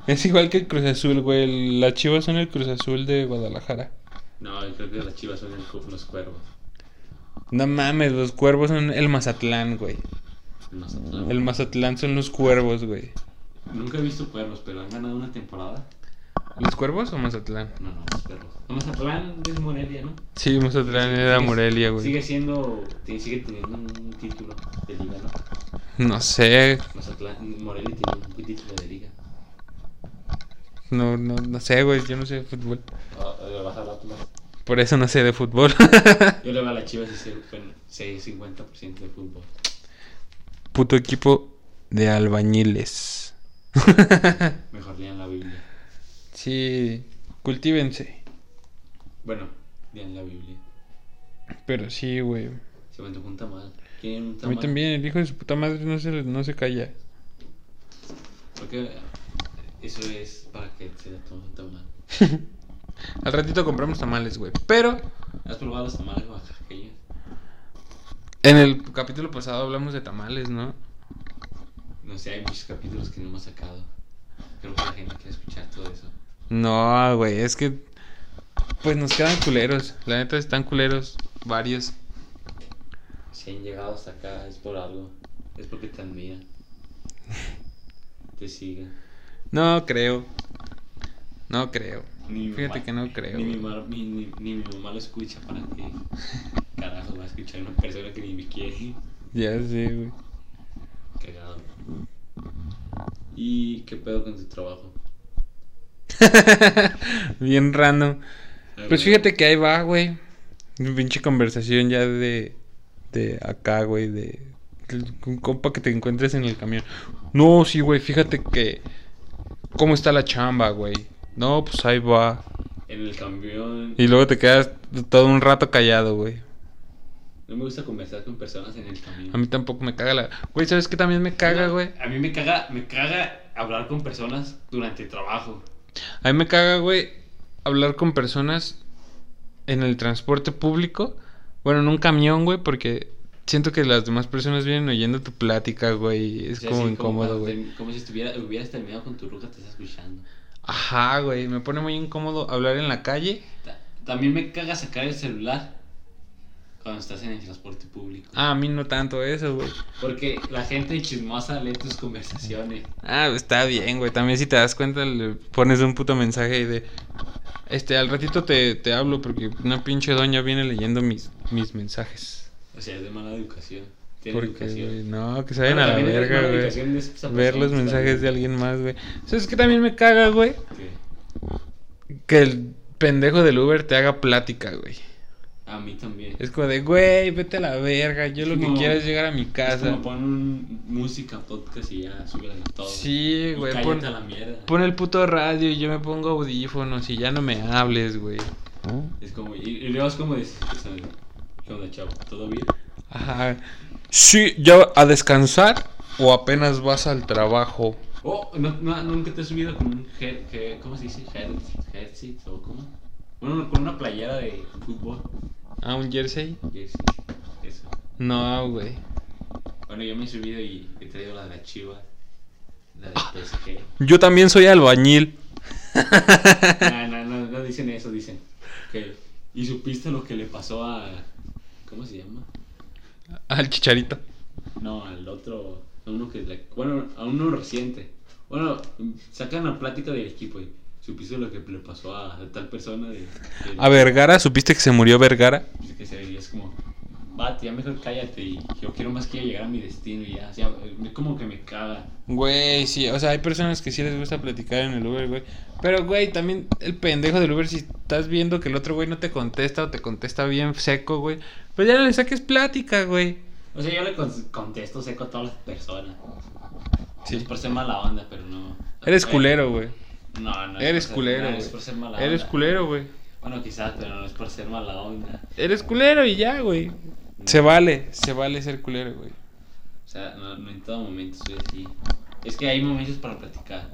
A: Es igual que el Cruz Azul, güey. el- Las chivas son el Cruz Azul de Guadalajara.
B: No, yo creo que las chivas son el cu- los cuervos.
A: No mames, los cuervos son el Mazatlán, güey.
B: El Mazatlán.
A: El Mazatlán son los cuervos, güey.
B: Nunca he visto cuervos, pero han ganado una temporada.
A: ¿Los cuervos o Mazatlán?
B: No, no, los cuervos. No, Mazatlán es Morelia, ¿no?
A: Sí, Mazatlán
B: Sigue-
A: era
B: sigue-
A: Morelia, güey.
B: Sigue siendo, ti- sigue teniendo un título de liga, ¿no?
A: No sé,
B: Mazatlán, Morelia tiene un título de liga.
A: no, no, no sé, güey. Yo no sé de fútbol.
B: Ah, Le vas al Atlas.
A: Por eso no sé de fútbol.
B: Yo le voy a la Chivas y sé, bueno, sé 50% de fútbol.
A: Puto equipo de albañiles.
B: Mejor lean la Biblia.
A: sí, cultívense.
B: Bueno, lean la Biblia.
A: Pero sí, güey.
B: Se me antojó un tamal. ¿Quieren un
A: A
B: tamal?
A: mí también, el hijo de su puta madre no se, no se calla.
B: Porque eso es para que se le tome un tamal.
A: Al ratito compramos tamales, güey. Pero
B: ¿Has probado los tamales oaxaqueños?
A: en el capítulo pasado hablamos de tamales, ¿no?
B: No sé, hay muchos capítulos que no hemos sacado. Creo que la gente quiere escuchar todo eso.
A: No, güey, es que. Pues nos quedan culeros. La neta están culeros. Varios.
B: Si han llegado hasta acá es por algo. Es porque te admiran. Te siguen.
A: No creo. No creo.
B: Ni mi
A: Fíjate
B: mamá-
A: que no creo.
B: Ni mi,
A: güey.
B: mamá, ni, ni- ni mi mamá lo escucha para que carajo va a escuchar una persona que ni me quiere.
A: Ya sé, güey.
B: Cagado. ¿Y qué pedo con tu trabajo?
A: Bien random. Pues fíjate que ahí va, güey. Una pinche conversación ya de. De acá, güey. De. de Un compa que te encuentres en el camión. No, sí, güey. Fíjate que. ¿Cómo está la chamba, güey? No, pues ahí va.
B: En el camión.
A: Y luego te quedas todo un rato callado, güey.
B: No me gusta conversar con personas en el camión.
A: A mí tampoco me caga la. Güey, ¿sabes qué también me caga,
B: No,
A: güey?
B: A mí me caga, me caga hablar con personas durante el trabajo.
A: A mí me caga, güey, hablar con personas en el transporte público. Bueno, en un camión, güey, porque siento que las demás personas vienen oyendo tu plática, güey. Es
B: O sea,
A: como
B: así
A: incómodo,
B: cuando
A: güey.
B: te- Como si estuviera, hubieras terminado con tu ruca, te estás escuchando.
A: Ajá, güey. Me pone muy incómodo hablar en la calle.
B: Ta- También me caga sacar el celular cuando estás en el transporte público.
A: Ah, a mí no tanto eso, güey.
B: Porque la gente chismosa lee tus conversaciones.
A: Ah, está bien, güey. También si te das cuenta le pones un puto mensaje ahí de... Este, al ratito te, te hablo porque una pinche doña viene leyendo mis, mis mensajes.
B: O sea, es de mala educación. Tiene
A: Porque,
B: educación.
A: güey, no, que se vayan
B: Bueno,
A: a la
B: también es
A: verga,
B: mala
A: güey.
B: educación de esa
A: Ver
B: persona
A: los
B: que está
A: mensajes de
B: leyendo.
A: alguien más, güey. ¿Sabes qué también me caga, güey?
B: ¿Qué?
A: Que el pendejo del Uber te haga plática, güey.
B: A mí también.
A: Es como de, güey, vete a la verga. Yo
B: Es
A: lo que
B: como-
A: quiero es llegar a mi
B: Es
A: casa.
B: como pon un- música, podcast y ya, súbelas a todo.
A: Sí,
B: Y
A: güey.
B: cállate
A: Pon,
B: a la mierda.
A: pon el puto radio y yo me pongo audífonos y ya no me hables, güey.
B: Es como, y, y luego es como dices, o sea, ¿qué onda, chavo? ¿Todo bien?
A: Ajá. Sí, ya a descansar o apenas vas al trabajo.
B: Oh, no, no, nunca te has subido con un head, que- ¿cómo se dice? Head, headset o cómo? Bueno, con una playera de fútbol.
A: ¿A un jersey?
B: Yes, eso.
A: No, güey.
B: Bueno, yo me he subido y he traído la de la Chiva, la de PSG.
A: Yo también soy albañil.
B: No, no, no, no dicen eso, dicen. que ¿Y supiste lo que le pasó a. ¿Cómo se llama?
A: Al chicharito.
B: No, al otro. A uno que. le- bueno, a uno reciente. Bueno, sacan la plática del equipo y. ¿Supiste lo que le pasó a, tal persona? De, de-
A: A Vergara, ¿supiste que se murió Vergara?
B: Pues que se veía, es como, vato, ya mejor cállate y yo quiero más que llegar a mi destino y ya, o sea, me- como que me caga.
A: Güey, sí, o sea, hay personas que sí les gusta platicar en el Uber, güey. Pero, güey, también el pendejo del Uber, si estás viendo que el otro güey no te contesta o te contesta bien seco, güey, pues ya no le saques plática, güey.
B: O sea, yo le con- contesto seco a todas las personas.
A: Sí.
B: Es por ser mala onda, pero no.
A: Eres
B: Oye,
A: culero, güey.
B: No, no. es
A: Eres
B: por ser-
A: culero,
B: no,
A: güey.
B: es por ser mala
A: Eres
B: onda.
A: culero, güey.
B: Bueno, quizás, pero no es por ser mala onda.
A: Eres culero y ya, güey. Se vale, se vale ser culero, güey.
B: O sea, no, no en todo momento soy así. Es que hay momentos para platicar.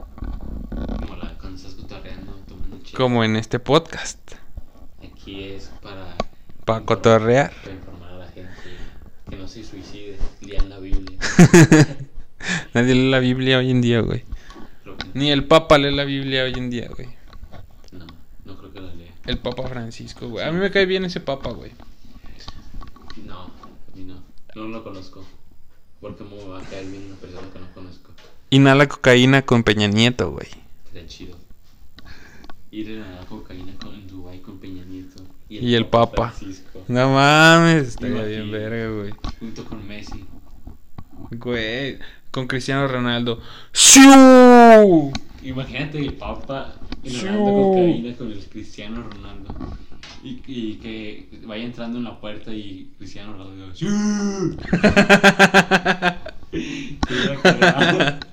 B: Como la, cuando estás cotorreando, tomando chela.
A: Como en este podcast,
B: Aquí es para
A: para cotorrear.
B: Para informar a la gente que no se suicide, lean la Biblia.
A: Nadie lee la Biblia hoy en día, güey.
B: Creo que
A: Ni el Papa lee la Biblia hoy en día, güey.
B: no, no creo que la lea.
A: El Papa Francisco, güey. A mí me cae bien ese Papa, güey.
B: No, a mí no. No lo conozco. Porque me va a caer bien una persona que no conozco.
A: Inhala cocaína con Peña Nieto, güey.
B: Sería chido. Ir a la cocaína con en Dubai con Peña Nieto.
A: Y el Papa.
B: Francisco.
A: No mames, estaría
B: Imagínate.
A: bien verga, güey.
B: Junto con Messi.
A: Güey, con Cristiano Ronaldo. ¡Siu!
B: Imagínate el Papa
A: Sí.
B: inhalando cocaína con el Cristiano Ronaldo. Y, y que vaya entrando en la puerta y Cristiano Ronaldo. "Sí". Y la cara-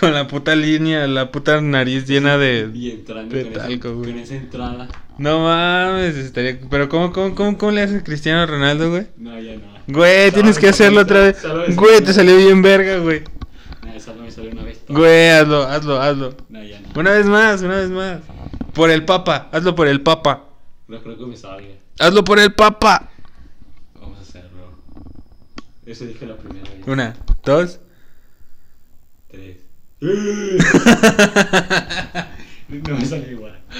A: Con la puta línea, la puta nariz llena de...
B: Y entrando
A: De
B: con, esa-
A: talco, güey.
B: con esa entrada.
A: No mames, estaría... Pero ¿cómo, cómo, cómo, cómo le haces a Cristiano Ronaldo, güey?
B: No, ya no.
A: Güey,
B: Solo
A: tienes que
B: me
A: hacerlo
B: salió-
A: otra vez.
B: solo me
A: Güey,
B: salió-
A: te salió bien verga, güey.
B: No, esa no me salió una vez.
A: Güey, hazlo, hazlo, hazlo.
B: No, ya no.
A: Una vez más, una vez más. Por el Papa, hazlo por el Papa.
B: No creo que me salga.
A: Hazlo por el Papa.
B: Vamos a hacerlo. Eso dije la primera vez.
A: Una, dos.
B: Tres. no me salió igual.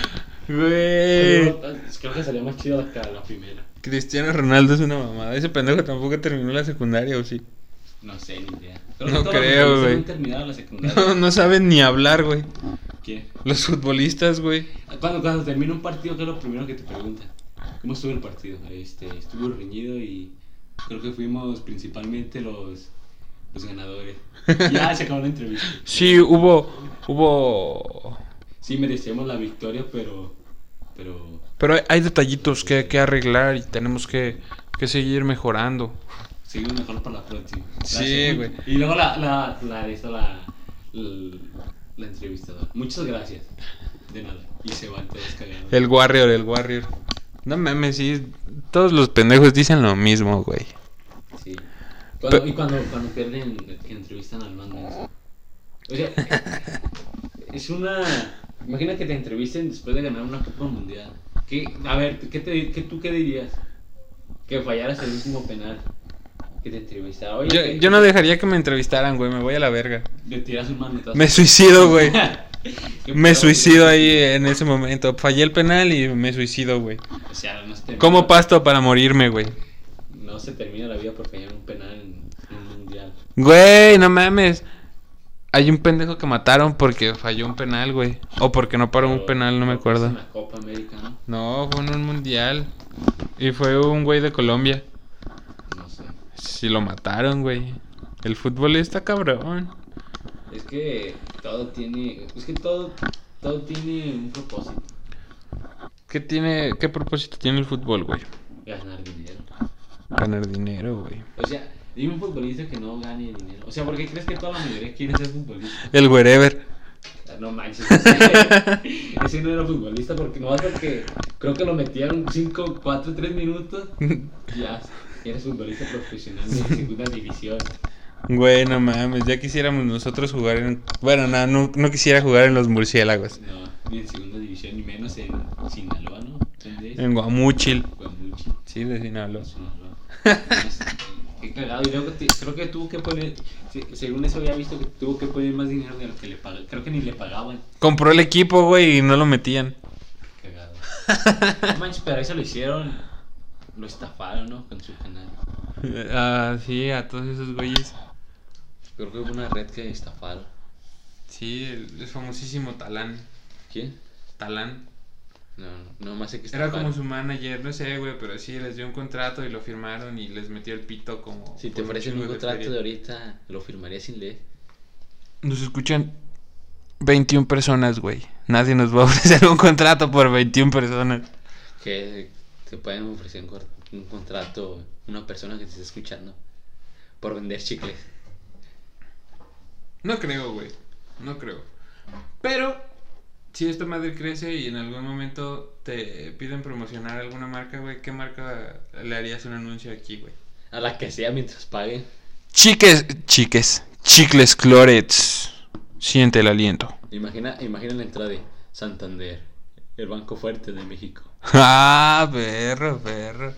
A: Güey.
B: Pero, eh, Creo que salió más chido la, que la primera.
A: Cristiano Ronaldo es una mamada. Ese pendejo tampoco terminó la secundaria, ¿o sí?
B: No sé, ni idea.
A: No
B: que todos los
A: creo,
B: futbolistas
A: güey.
B: han terminado la secundaria.
A: No, no saben ni hablar, güey.
B: ¿Qué?
A: Los futbolistas, güey.
B: Cuando, cuando termina un partido, ¿qué es lo primero que te preguntan? ¿Cómo estuvo el partido? Este, estuvo reñido y creo que fuimos principalmente los, los ganadores. Ya se acabó la entrevista.
A: Sí, hubo, hubo...
B: Sí, merecíamos la victoria, pero. Pero.
A: Pero hay, hay detallitos que, que arreglar y tenemos que, que seguir mejorando.
B: Seguimos mejor para la próxima. La
A: Sí,
B: segunda.
A: güey.
B: Y luego la. La. La. Esta, la, la, la entrevistadora. Muchas gracias. De nada. Y se van todos cagados.
A: El Warrior, el Warrior. No mames, sí. Todos los pendejos dicen lo mismo, güey.
B: Sí. Cuando-
A: Pe-
B: y cuando, cuando pierden, que entrevistan al mando. eso. O sea, es una. Imagina que te entrevisten después de ganar una Copa Mundial. ¿Qué, a ver, ¿qué te, qué, ¿tú qué dirías? Que fallaras el último penal. Que te entrevistara. Oye,
A: Yo,
B: ¿qué-
A: yo no dejaría que me entrevistaran, güey. Me voy a la verga.
B: Le tiras un manotazo.
A: Me suicido, güey.
B: ¿Qué
A: Me
B: pedo,
A: suicido
B: güey?
A: ahí en ese momento. Fallé el penal y me suicido, güey.
B: O sea, no se termina-
A: Como pasto para morirme, güey?
B: No se termina la vida por fallar un penal en en un mundial.
A: Güey, no mames. Hay un pendejo que mataron porque falló un penal, güey. O porque no paró un
B: Pero-
A: penal, no me
B: pero pues En
A: acuerdo.
B: la Copa América, ¿no?
A: No, fue en un mundial. Y fue un güey de Colombia.
B: No sé.
A: Sí, lo mataron, güey. El fútbol está cabrón.
B: Es que todo tiene. Es que todo, todo tiene un propósito.
A: ¿Qué tiene, qué propósito tiene el fútbol, güey?
B: ganar dinero.
A: Ganar dinero, güey.
B: O sea, dime un futbolista que no gane dinero. O sea, ¿por qué crees que toda la mayoría quiere ser futbolista?
A: El wherever.
B: Ah, No manches. Ese, ese no era futbolista porque no porque creo que lo metieron 5, 4, 3 minutos. Ya eres futbolista profesional de segunda división.
A: Güey, no mames, ya quisiéramos nosotros jugar en... Bueno, no, no, no quisiera jugar en los murciélagos.
B: No, ni en segunda división, ni menos en Sinaloa, ¿no? ¿Entendés?
A: En Guamuchil.
B: Guamuchi,
A: Sí, de Sinaloa.
B: Sinaloa. Qué cagado. Y luego te- creo que tuvo que poner. se- Según eso había visto que tuvo que poner más dinero de lo que le pagaban. Creo que ni le pagaban.
A: Compró el equipo, güey, y no lo metían.
B: Cagado. No manches, pero eso lo hicieron. Lo estafaron, ¿no? Con su canal.
A: Eh, Ah, sí, a todos esos güeyes.
B: Creo que hubo una red que estafaron.
A: Sí, el, el famosísimo Talán.
B: ¿Quién?
A: Talán.
B: No, no más sé que
A: Era como su manager, no sé, güey, pero sí, les dio un contrato y lo firmaron y les metió el pito como...
B: Si te
A: por
B: ofrecen un
A: chingo
B: contrato de
A: feria.
B: ahorita, lo firmaría sin leer.
A: Nos escuchan 21 personas, güey. Nadie nos va a ofrecer un contrato por 21 personas.
B: Que te pueden ofrecer un, cor- un contrato, una persona que te está escuchando, por vender chicles.
A: No creo, güey. No creo. Pero si esta madre crece y en algún momento te piden promocionar alguna marca, güey, ¿qué marca le harías un anuncio aquí, güey?
B: A la que sea mientras paguen.
A: Chiques, chiques, chicles clorets. Siente el aliento.
B: Imagina, imagina la entrada de Santander, el banco fuerte de México.
A: Ah, perro, perro.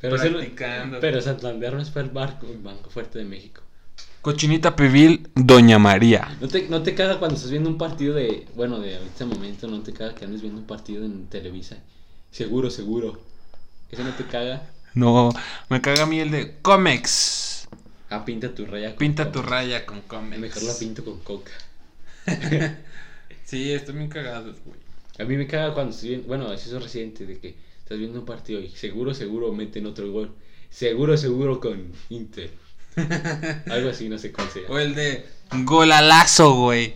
B: eso no-
A: Practicando.
B: pero Santander no es el barco, el banco fuerte de México.
A: Cochinita pibil, Doña María.
B: No te, no te caga cuando estás viendo un partido de. Bueno, de este momento, no te caga que andes viendo un partido en Televisa. Seguro, seguro. Eso no te caga.
A: No, me caga a mí el de Comex.
B: Ah, pinta tu raya. con
A: Pinta tu
B: coca.
A: raya con Comex.
B: Mejor la pinto con coca.
A: Sí, estoy bien cagado, güey.
B: A mí me caga cuando estoy viendo. Bueno, eso es reciente, de que estás viendo un partido y seguro, seguro meten otro gol. Seguro, seguro con Inter. Algo así, no sé cuál sea.
A: O el de Golalazo, güey.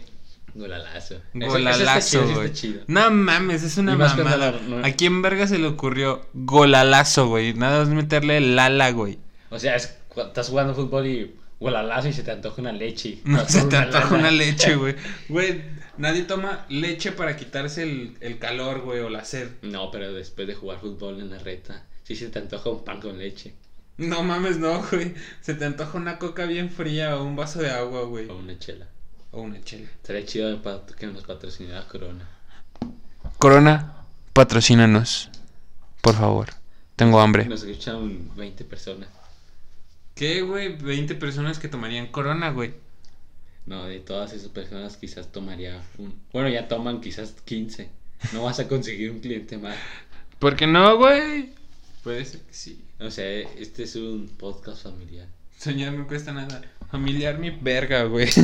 B: Golalazo. Eso- eso está chido,
A: Golalazo,
B: eso
A: güey.
B: está chido.
A: No mames, es una
B: Y más cuando
A: mamada.
B: la- no-
A: ¿A quién verga se le ocurrió golalazo, güey? Nada más meterle lala, güey.
B: O sea, es cu- estás jugando fútbol y golalazo y se te antoja una leche.
A: No se te antoja
B: lana.
A: una leche, güey. Güey, nadie toma leche para quitarse el, el calor, güey, o la sed.
B: No, pero después de jugar fútbol en la reta, sí se te antoja un pan con leche
A: No mames, no, güey. Se te antoja una coca bien fría o un vaso de agua, güey.
B: o una chela.
A: O una chela.
B: Estaría chido pa- que nos patrocinara Corona.
A: Corona, patrocínanos. Por favor. Tengo hambre.
B: Nos escuchan 20 personas.
A: ¿Qué, güey? 20 personas que tomarían corona, güey.
B: No, de todas esas personas quizás tomaría un... Bueno, ya toman quizás 15. No vas a conseguir un cliente más.
A: ¿Por qué no, güey? Puede ser que sí.
B: O sea, este es un podcast familiar.
A: Soñar no cuesta nada. Familiar mi verga, güey.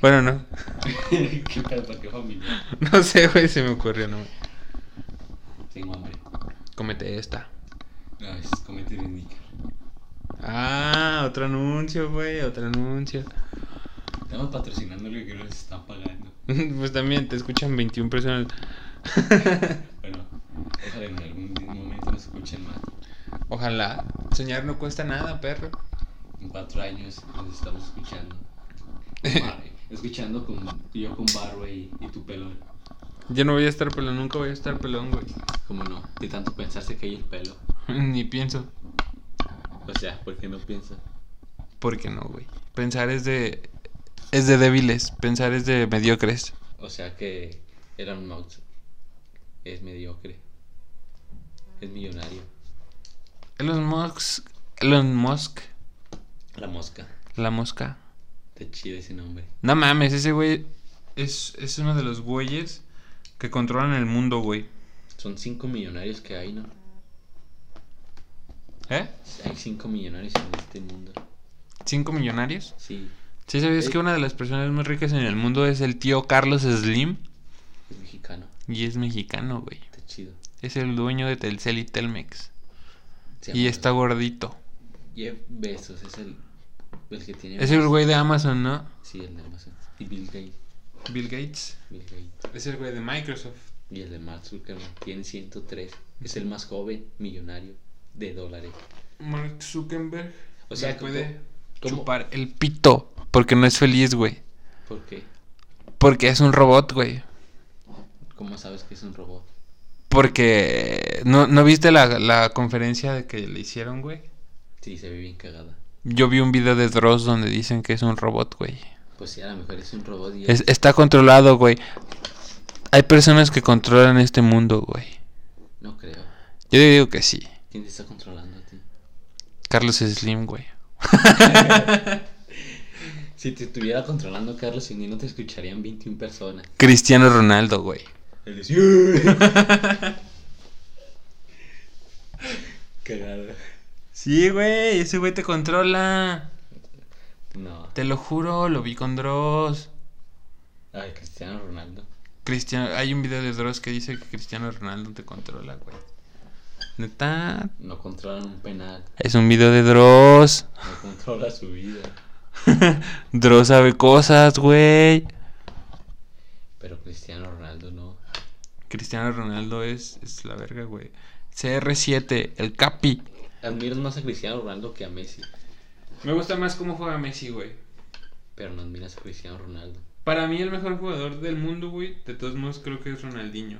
A: bueno, no.
B: ¿Qué tal? ¿Por qué familiar?
A: No sé, güey, se me ocurrió, no.
B: Tengo hambre.
A: Comete esta.
B: No, es comete el indica.
A: Ah, otro anuncio, güey, otro anuncio.
B: Estamos patrocinando lo que nos están pagando.
A: pues también te escuchan 21 personas.
B: Bueno, ojalá en algún momento nos escuchen más.
A: Ojalá. Soñar no cuesta nada, perro.
B: En cuatro años nos estamos escuchando. Con Bar- escuchando con yo con Barro y, y tu pelón.
A: Yo no voy a estar pelón, nunca voy a estar pelón, güey.
B: Como no, de tanto pensarse que hay el pelo.
A: Ni pienso.
B: O sea, ¿por qué no piensas?
A: ¿Por qué no, güey? Pensar es de. Es de débiles. Pensar es de mediocres.
B: O sea que Elon Musk es mediocre. Es millonario.
A: Elon Musk. Elon Musk.
B: La mosca.
A: La mosca.
B: Está chido ese nombre.
A: No mames, ese güey es, es uno de los güeyes que controlan el mundo, güey.
B: Son cinco millonarios que hay, ¿no?
A: ¿Eh?
B: Hay cinco millonarios en este mundo.
A: ¿Cinco millonarios?
B: Sí.
A: ¿Sí sabías
B: Sí.
A: que una de las personas más ricas en el mundo es el tío Carlos Slim?
B: Es mexicano.
A: Y es mexicano, güey.
B: Está chido.
A: Es el dueño de Telcel y Telmex.
B: Se
A: y
B: llama
A: está gordito.
B: Jeff Bezos es el, el que tiene.
A: Es el
B: más-
A: güey de Amazon, ¿no?
B: Sí, el de Amazon. Y Bill Gates.
A: Bill Gates.
B: Bill Gates.
A: Es el güey de Microsoft.
B: Y el de Mark Zuckerberg. Tiene 103. Es el más joven, millonario. de dólares.
A: Mark Zuckerberg.
B: O sea,
A: le puede
B: ¿cómo?
A: chupar el pito porque no es feliz, güey.
B: ¿Por qué?
A: Porque es un robot, güey.
B: ¿Cómo sabes que es un robot?
A: Porque no, no viste la, la conferencia de que le hicieron, güey.
B: Sí, se ve bien cagada.
A: Yo vi un video de Dross donde dicen que es un robot, güey.
B: Pues sí, a lo mejor es un robot y
A: Es- está controlado, güey. Hay personas que controlan este mundo, güey.
B: no creo.
A: Yo digo que sí.
B: ¿Quién te está controlando a ti?
A: Carlos Slim, güey.
B: Si te estuviera controlando Carlos y no te escucharían 21 personas.
A: Cristiano Ronaldo, güey.
B: Él dice, "Yeah". Cagado.
A: Sí, güey, ese güey te controla.
B: No.
A: Te lo juro, lo vi con Dross.
B: Ay, Cristiano Ronaldo.
A: Cristiano, hay un video de Dross que dice que Cristiano Ronaldo te controla, güey. Neta.
B: No controlan un penal.
A: Es un video de Dross.
B: No controla su vida.
A: Dross sabe cosas, güey.
B: Pero Cristiano Ronaldo no.
A: Cristiano Ronaldo es, es la verga, güey. CR7, el Capi.
B: Admiras más a Cristiano Ronaldo que a Messi.
A: Me gusta más cómo juega Messi, güey.
B: Pero no admiras a Cristiano Ronaldo.
A: Para mí el mejor jugador del mundo, güey, de todos modos creo que es Ronaldinho.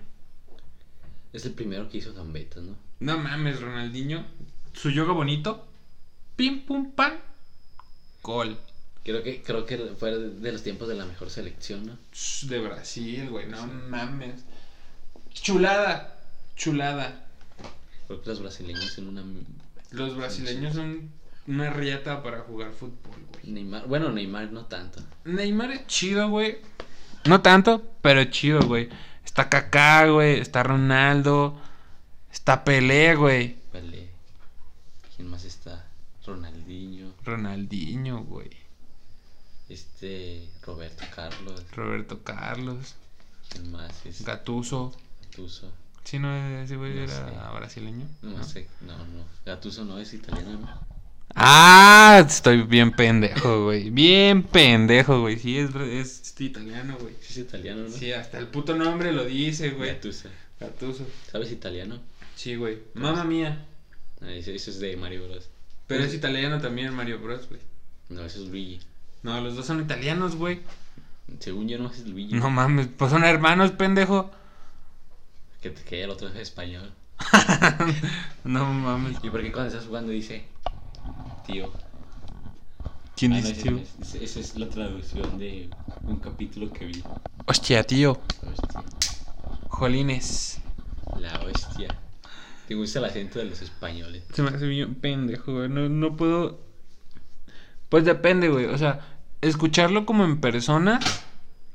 B: Es el primero que hizo gambetas, ¿no?
A: No mames, Ronaldinho. Su yoga bonito. Pim pum pam. Gol.
B: Creo que, creo que fue de de los tiempos de la mejor selección, ¿no?
A: Sh, De Brasil, güey, no mames. Chulada. Chulada.
B: Creo que los brasileños en una...
A: Los brasileños son una riata para jugar fútbol, güey.
B: Neymar, bueno, Neymar no tanto.
A: Neymar es chido, güey. No tanto, pero chido, güey. Está Kaká, güey. Está Ronaldo. Está Pelé, güey.
B: Vale. ¿Quién más está? Ronaldinho,
A: Ronaldinho, güey.
B: este Roberto Carlos,
A: Roberto Carlos.
B: ¿quién más? Es
A: Gatuso.
B: Gattuso.
A: Sí, no, ese güey
B: No
A: era
B: sé.
A: brasileño.
B: No,
A: ¿no?
B: sé, no, no. Gattuso no es italiano, ¿no?
A: Ah, estoy bien pendejo, güey. Bien pendejo, güey. Sí, es, es italiano, güey.
B: Sí es italiano, ¿no?
A: Sí, hasta el puto nombre lo dice, güey.
B: Gattuso.
A: Gatuso.
B: ¿Sabes italiano?
A: Sí, güey. Mamma mía.
B: No, eso, eso es de Mario Bros.
A: Pero es italiano también Mario Bros, güey.
B: No, eso es Luigi.
A: No, los dos son italianos, güey.
B: Según yo no es Luigi.
A: No mames, pues son hermanos, pendejo.
B: Que, que el otro es español.
A: No mames.
B: ¿Y por qué cuando estás jugando dice tío?
A: ¿Quién
B: Ah, no,
A: dice,
B: ese
A: tío?
B: no es- ese- Esa es la traducción de un capítulo que vi.
A: Hostia, tío.
B: Hostia.
A: Jolines.
B: La hostia. ¿Te gusta el acento de los españoles?
A: Se me hace bien pendejo, güey. No, no puedo. Pues depende, güey. O sea, escucharlo como en persona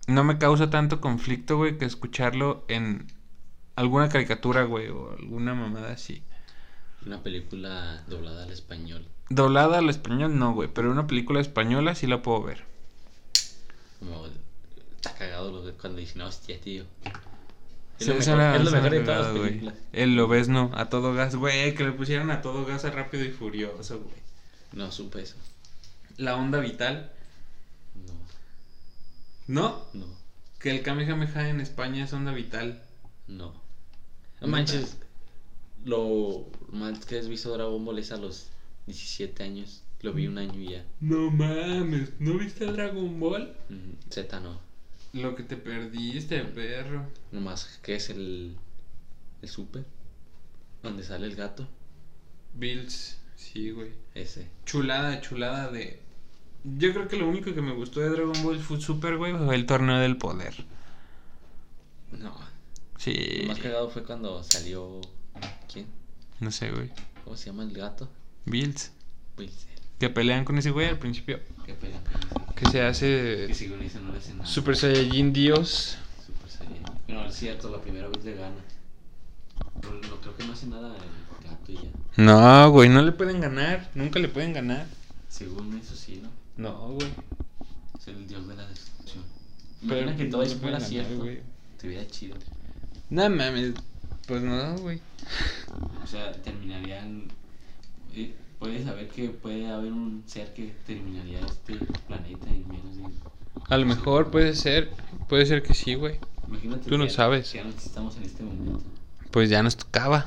A: no me causa tanto conflicto, güey, que escucharlo en alguna caricatura, güey, o alguna mamada así.
B: Una película doblada al español,
A: Doblada al español, no, güey. Pero una película española sí la puedo ver.
B: como está cagado lo de cuando dicen hostia, tío.
A: Se-
B: Es lo mejor,
A: suena-
B: es lo
A: suena
B: mejor de todas
A: cagado,
B: las
A: güey.
B: películas.
A: El lobesno, a todo gas, güey, que le pusieron a todo gas a rápido y furioso, güey.
B: No supe eso.
A: La onda vital,
B: No,
A: ¿no?
B: no,
A: Que el Kamehameha en España es onda vital.
B: no. No manches. Lo más que has visto Dragon Ball es a los 17 años. Lo vi un año y ya.
A: No mames, ¿no viste el Dragon Ball?
B: Mm, Z no.
A: Lo que te perdiste, perro.
B: Nomás que es el. El super. Donde sale el gato.
A: Bills, sí, güey.
B: Ese.
A: Chulada, chulada de. Yo creo que lo único que me gustó de Dragon Ball fue Super, güey, fue el torneo del poder.
B: No,
A: Sí.
B: Lo más cagado fue cuando salió. ¿Quién?
A: No sé, güey.
B: ¿Cómo se llama el gato?
A: Bills.
B: Wilson.
A: Que pelean con ese güey al principio.
B: Qué pena.
A: Que se
B: Que
A: hace
B: si con eso no le hace nada.
A: Super Saiyajin Dios.
B: Super Saiyan. No, es cierto, la primera vez le gana. No, no, creo que no hace nada el gato y ya.
A: No, güey, no le pueden ganar. Nunca le pueden ganar.
B: Según eso sí, ¿no?
A: No, güey.
B: Es el dios de la destrucción. Imagina que todo
A: no
B: eso
A: le pueden
B: fuera
A: ganar,
B: cierto.
A: güey.
B: Estuviera chido.
A: No mames. Pues no, güey.
B: O sea, terminarían. eh, puedes saber que puede haber un ser que terminaría este planeta en menos de
A: A lo mejor puede ser. Puede ser que sí, güey.
B: Imagínate
A: Tú no
B: que-
A: sabes.
B: que ya no estamos en este momento.
A: Pues ya nos tocaba.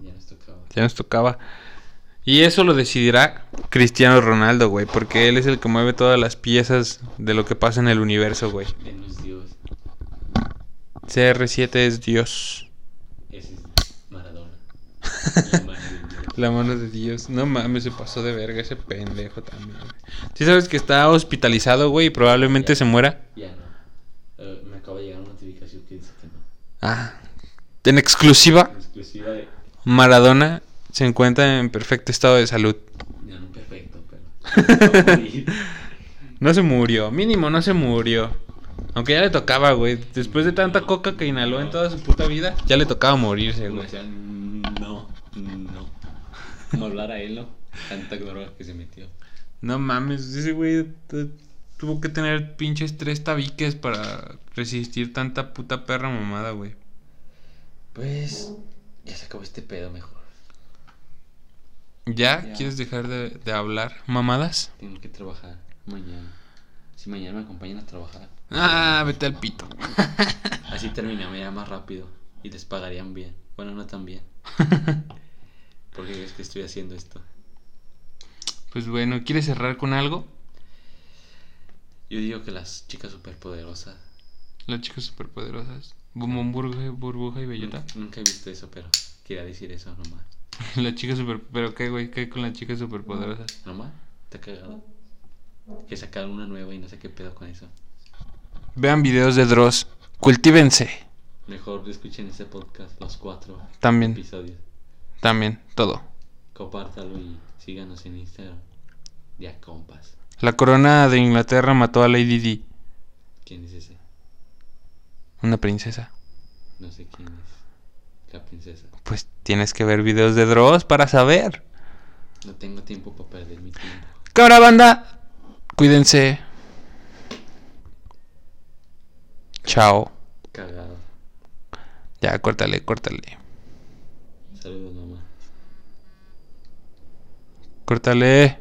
B: Ya nos tocaba.
A: Ya nos tocaba. Y eso lo decidirá Cristiano Ronaldo, güey. Porque él es el que mueve todas las piezas de lo que pasa en el universo, güey.
B: Menos Dios.
A: CR7 es Dios.
B: Ese es Maradona. La madre de Dios.
A: La mano de Dios. No mames, se pasó de verga ese pendejo también. güey. Sí sabes que está hospitalizado, güey, y probablemente se muera.
B: Ya no. Eh, me acaba de llegar una notificación que dice que no.
A: Ah. En exclusiva,
B: En exclusiva de.
A: Maradona se encuentra en perfecto estado de salud.
B: Ya no, perfecto, pero. Va a morir.
A: No se murió, mínimo no se murió. Aunque ya le tocaba, güey. Después de tanta coca que inhaló en toda su puta vida, ya le tocaba morirse,
B: Como
A: güey.
B: decía, no, no. Como hablar a él, ¿no? Tanta droga que se metió.
A: No mames, ese güey tu- tuvo que tener pinches tres tabiques para resistir tanta puta perra mamada, güey.
B: Pues. Ya se acabó este pedo mejor.
A: ¿Ya?
B: Ya.
A: ¿Quieres dejar de, de hablar mamadas?
B: Tengo que trabajar mañana. Si mañana me acompañan a trabajar.
A: Ah, vete al pito.
B: Así terminaría más rápido y les pagarían bien. Bueno, no tan bien. Porque es que estoy haciendo esto.
A: Pues bueno, ¿quieres cerrar con algo?
B: Yo digo que las chicas superpoderosas.
A: Las chicas superpoderosas. Bombón, burbuja, burbuja y bellota.
B: Nunca, nunca he visto eso, pero quería decir eso nomás.
A: Las chicas super... ¿Pero qué, güey? ¿Qué con las chicas superpoderosas?
B: ¿Nomás? ¿Está cagado? Que sacaron una nueva y no sé qué pedo con eso.
A: Vean videos de Dross. Cultívense.
B: Mejor escuchen ese podcast, los cuatro
A: También,
B: episodios.
A: también, todo.
B: Compártalo y síganos en Instagram. Ya compas.
A: La corona de Inglaterra mató a Lady Di,
B: ¿Quién es ese?
A: una princesa.
B: No sé quién es. La princesa.
A: Pues tienes que ver videos de Dross para saber.
B: No tengo tiempo para perder mi tiempo.
A: Cabra banda, cuídense. Chao.
B: Cagado.
A: Ya, córtale, córtale.
B: Saludos, mamá.
A: Córtale,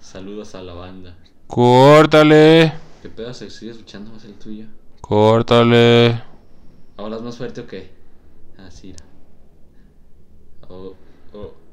B: Saludos a la banda.
A: córtale,
B: ¿Qué pedo se sigue escuchando más el tuyo?
A: córtale.
B: ¿Hablas más fuerte o qué? Ah, sí. la- Oh, oh.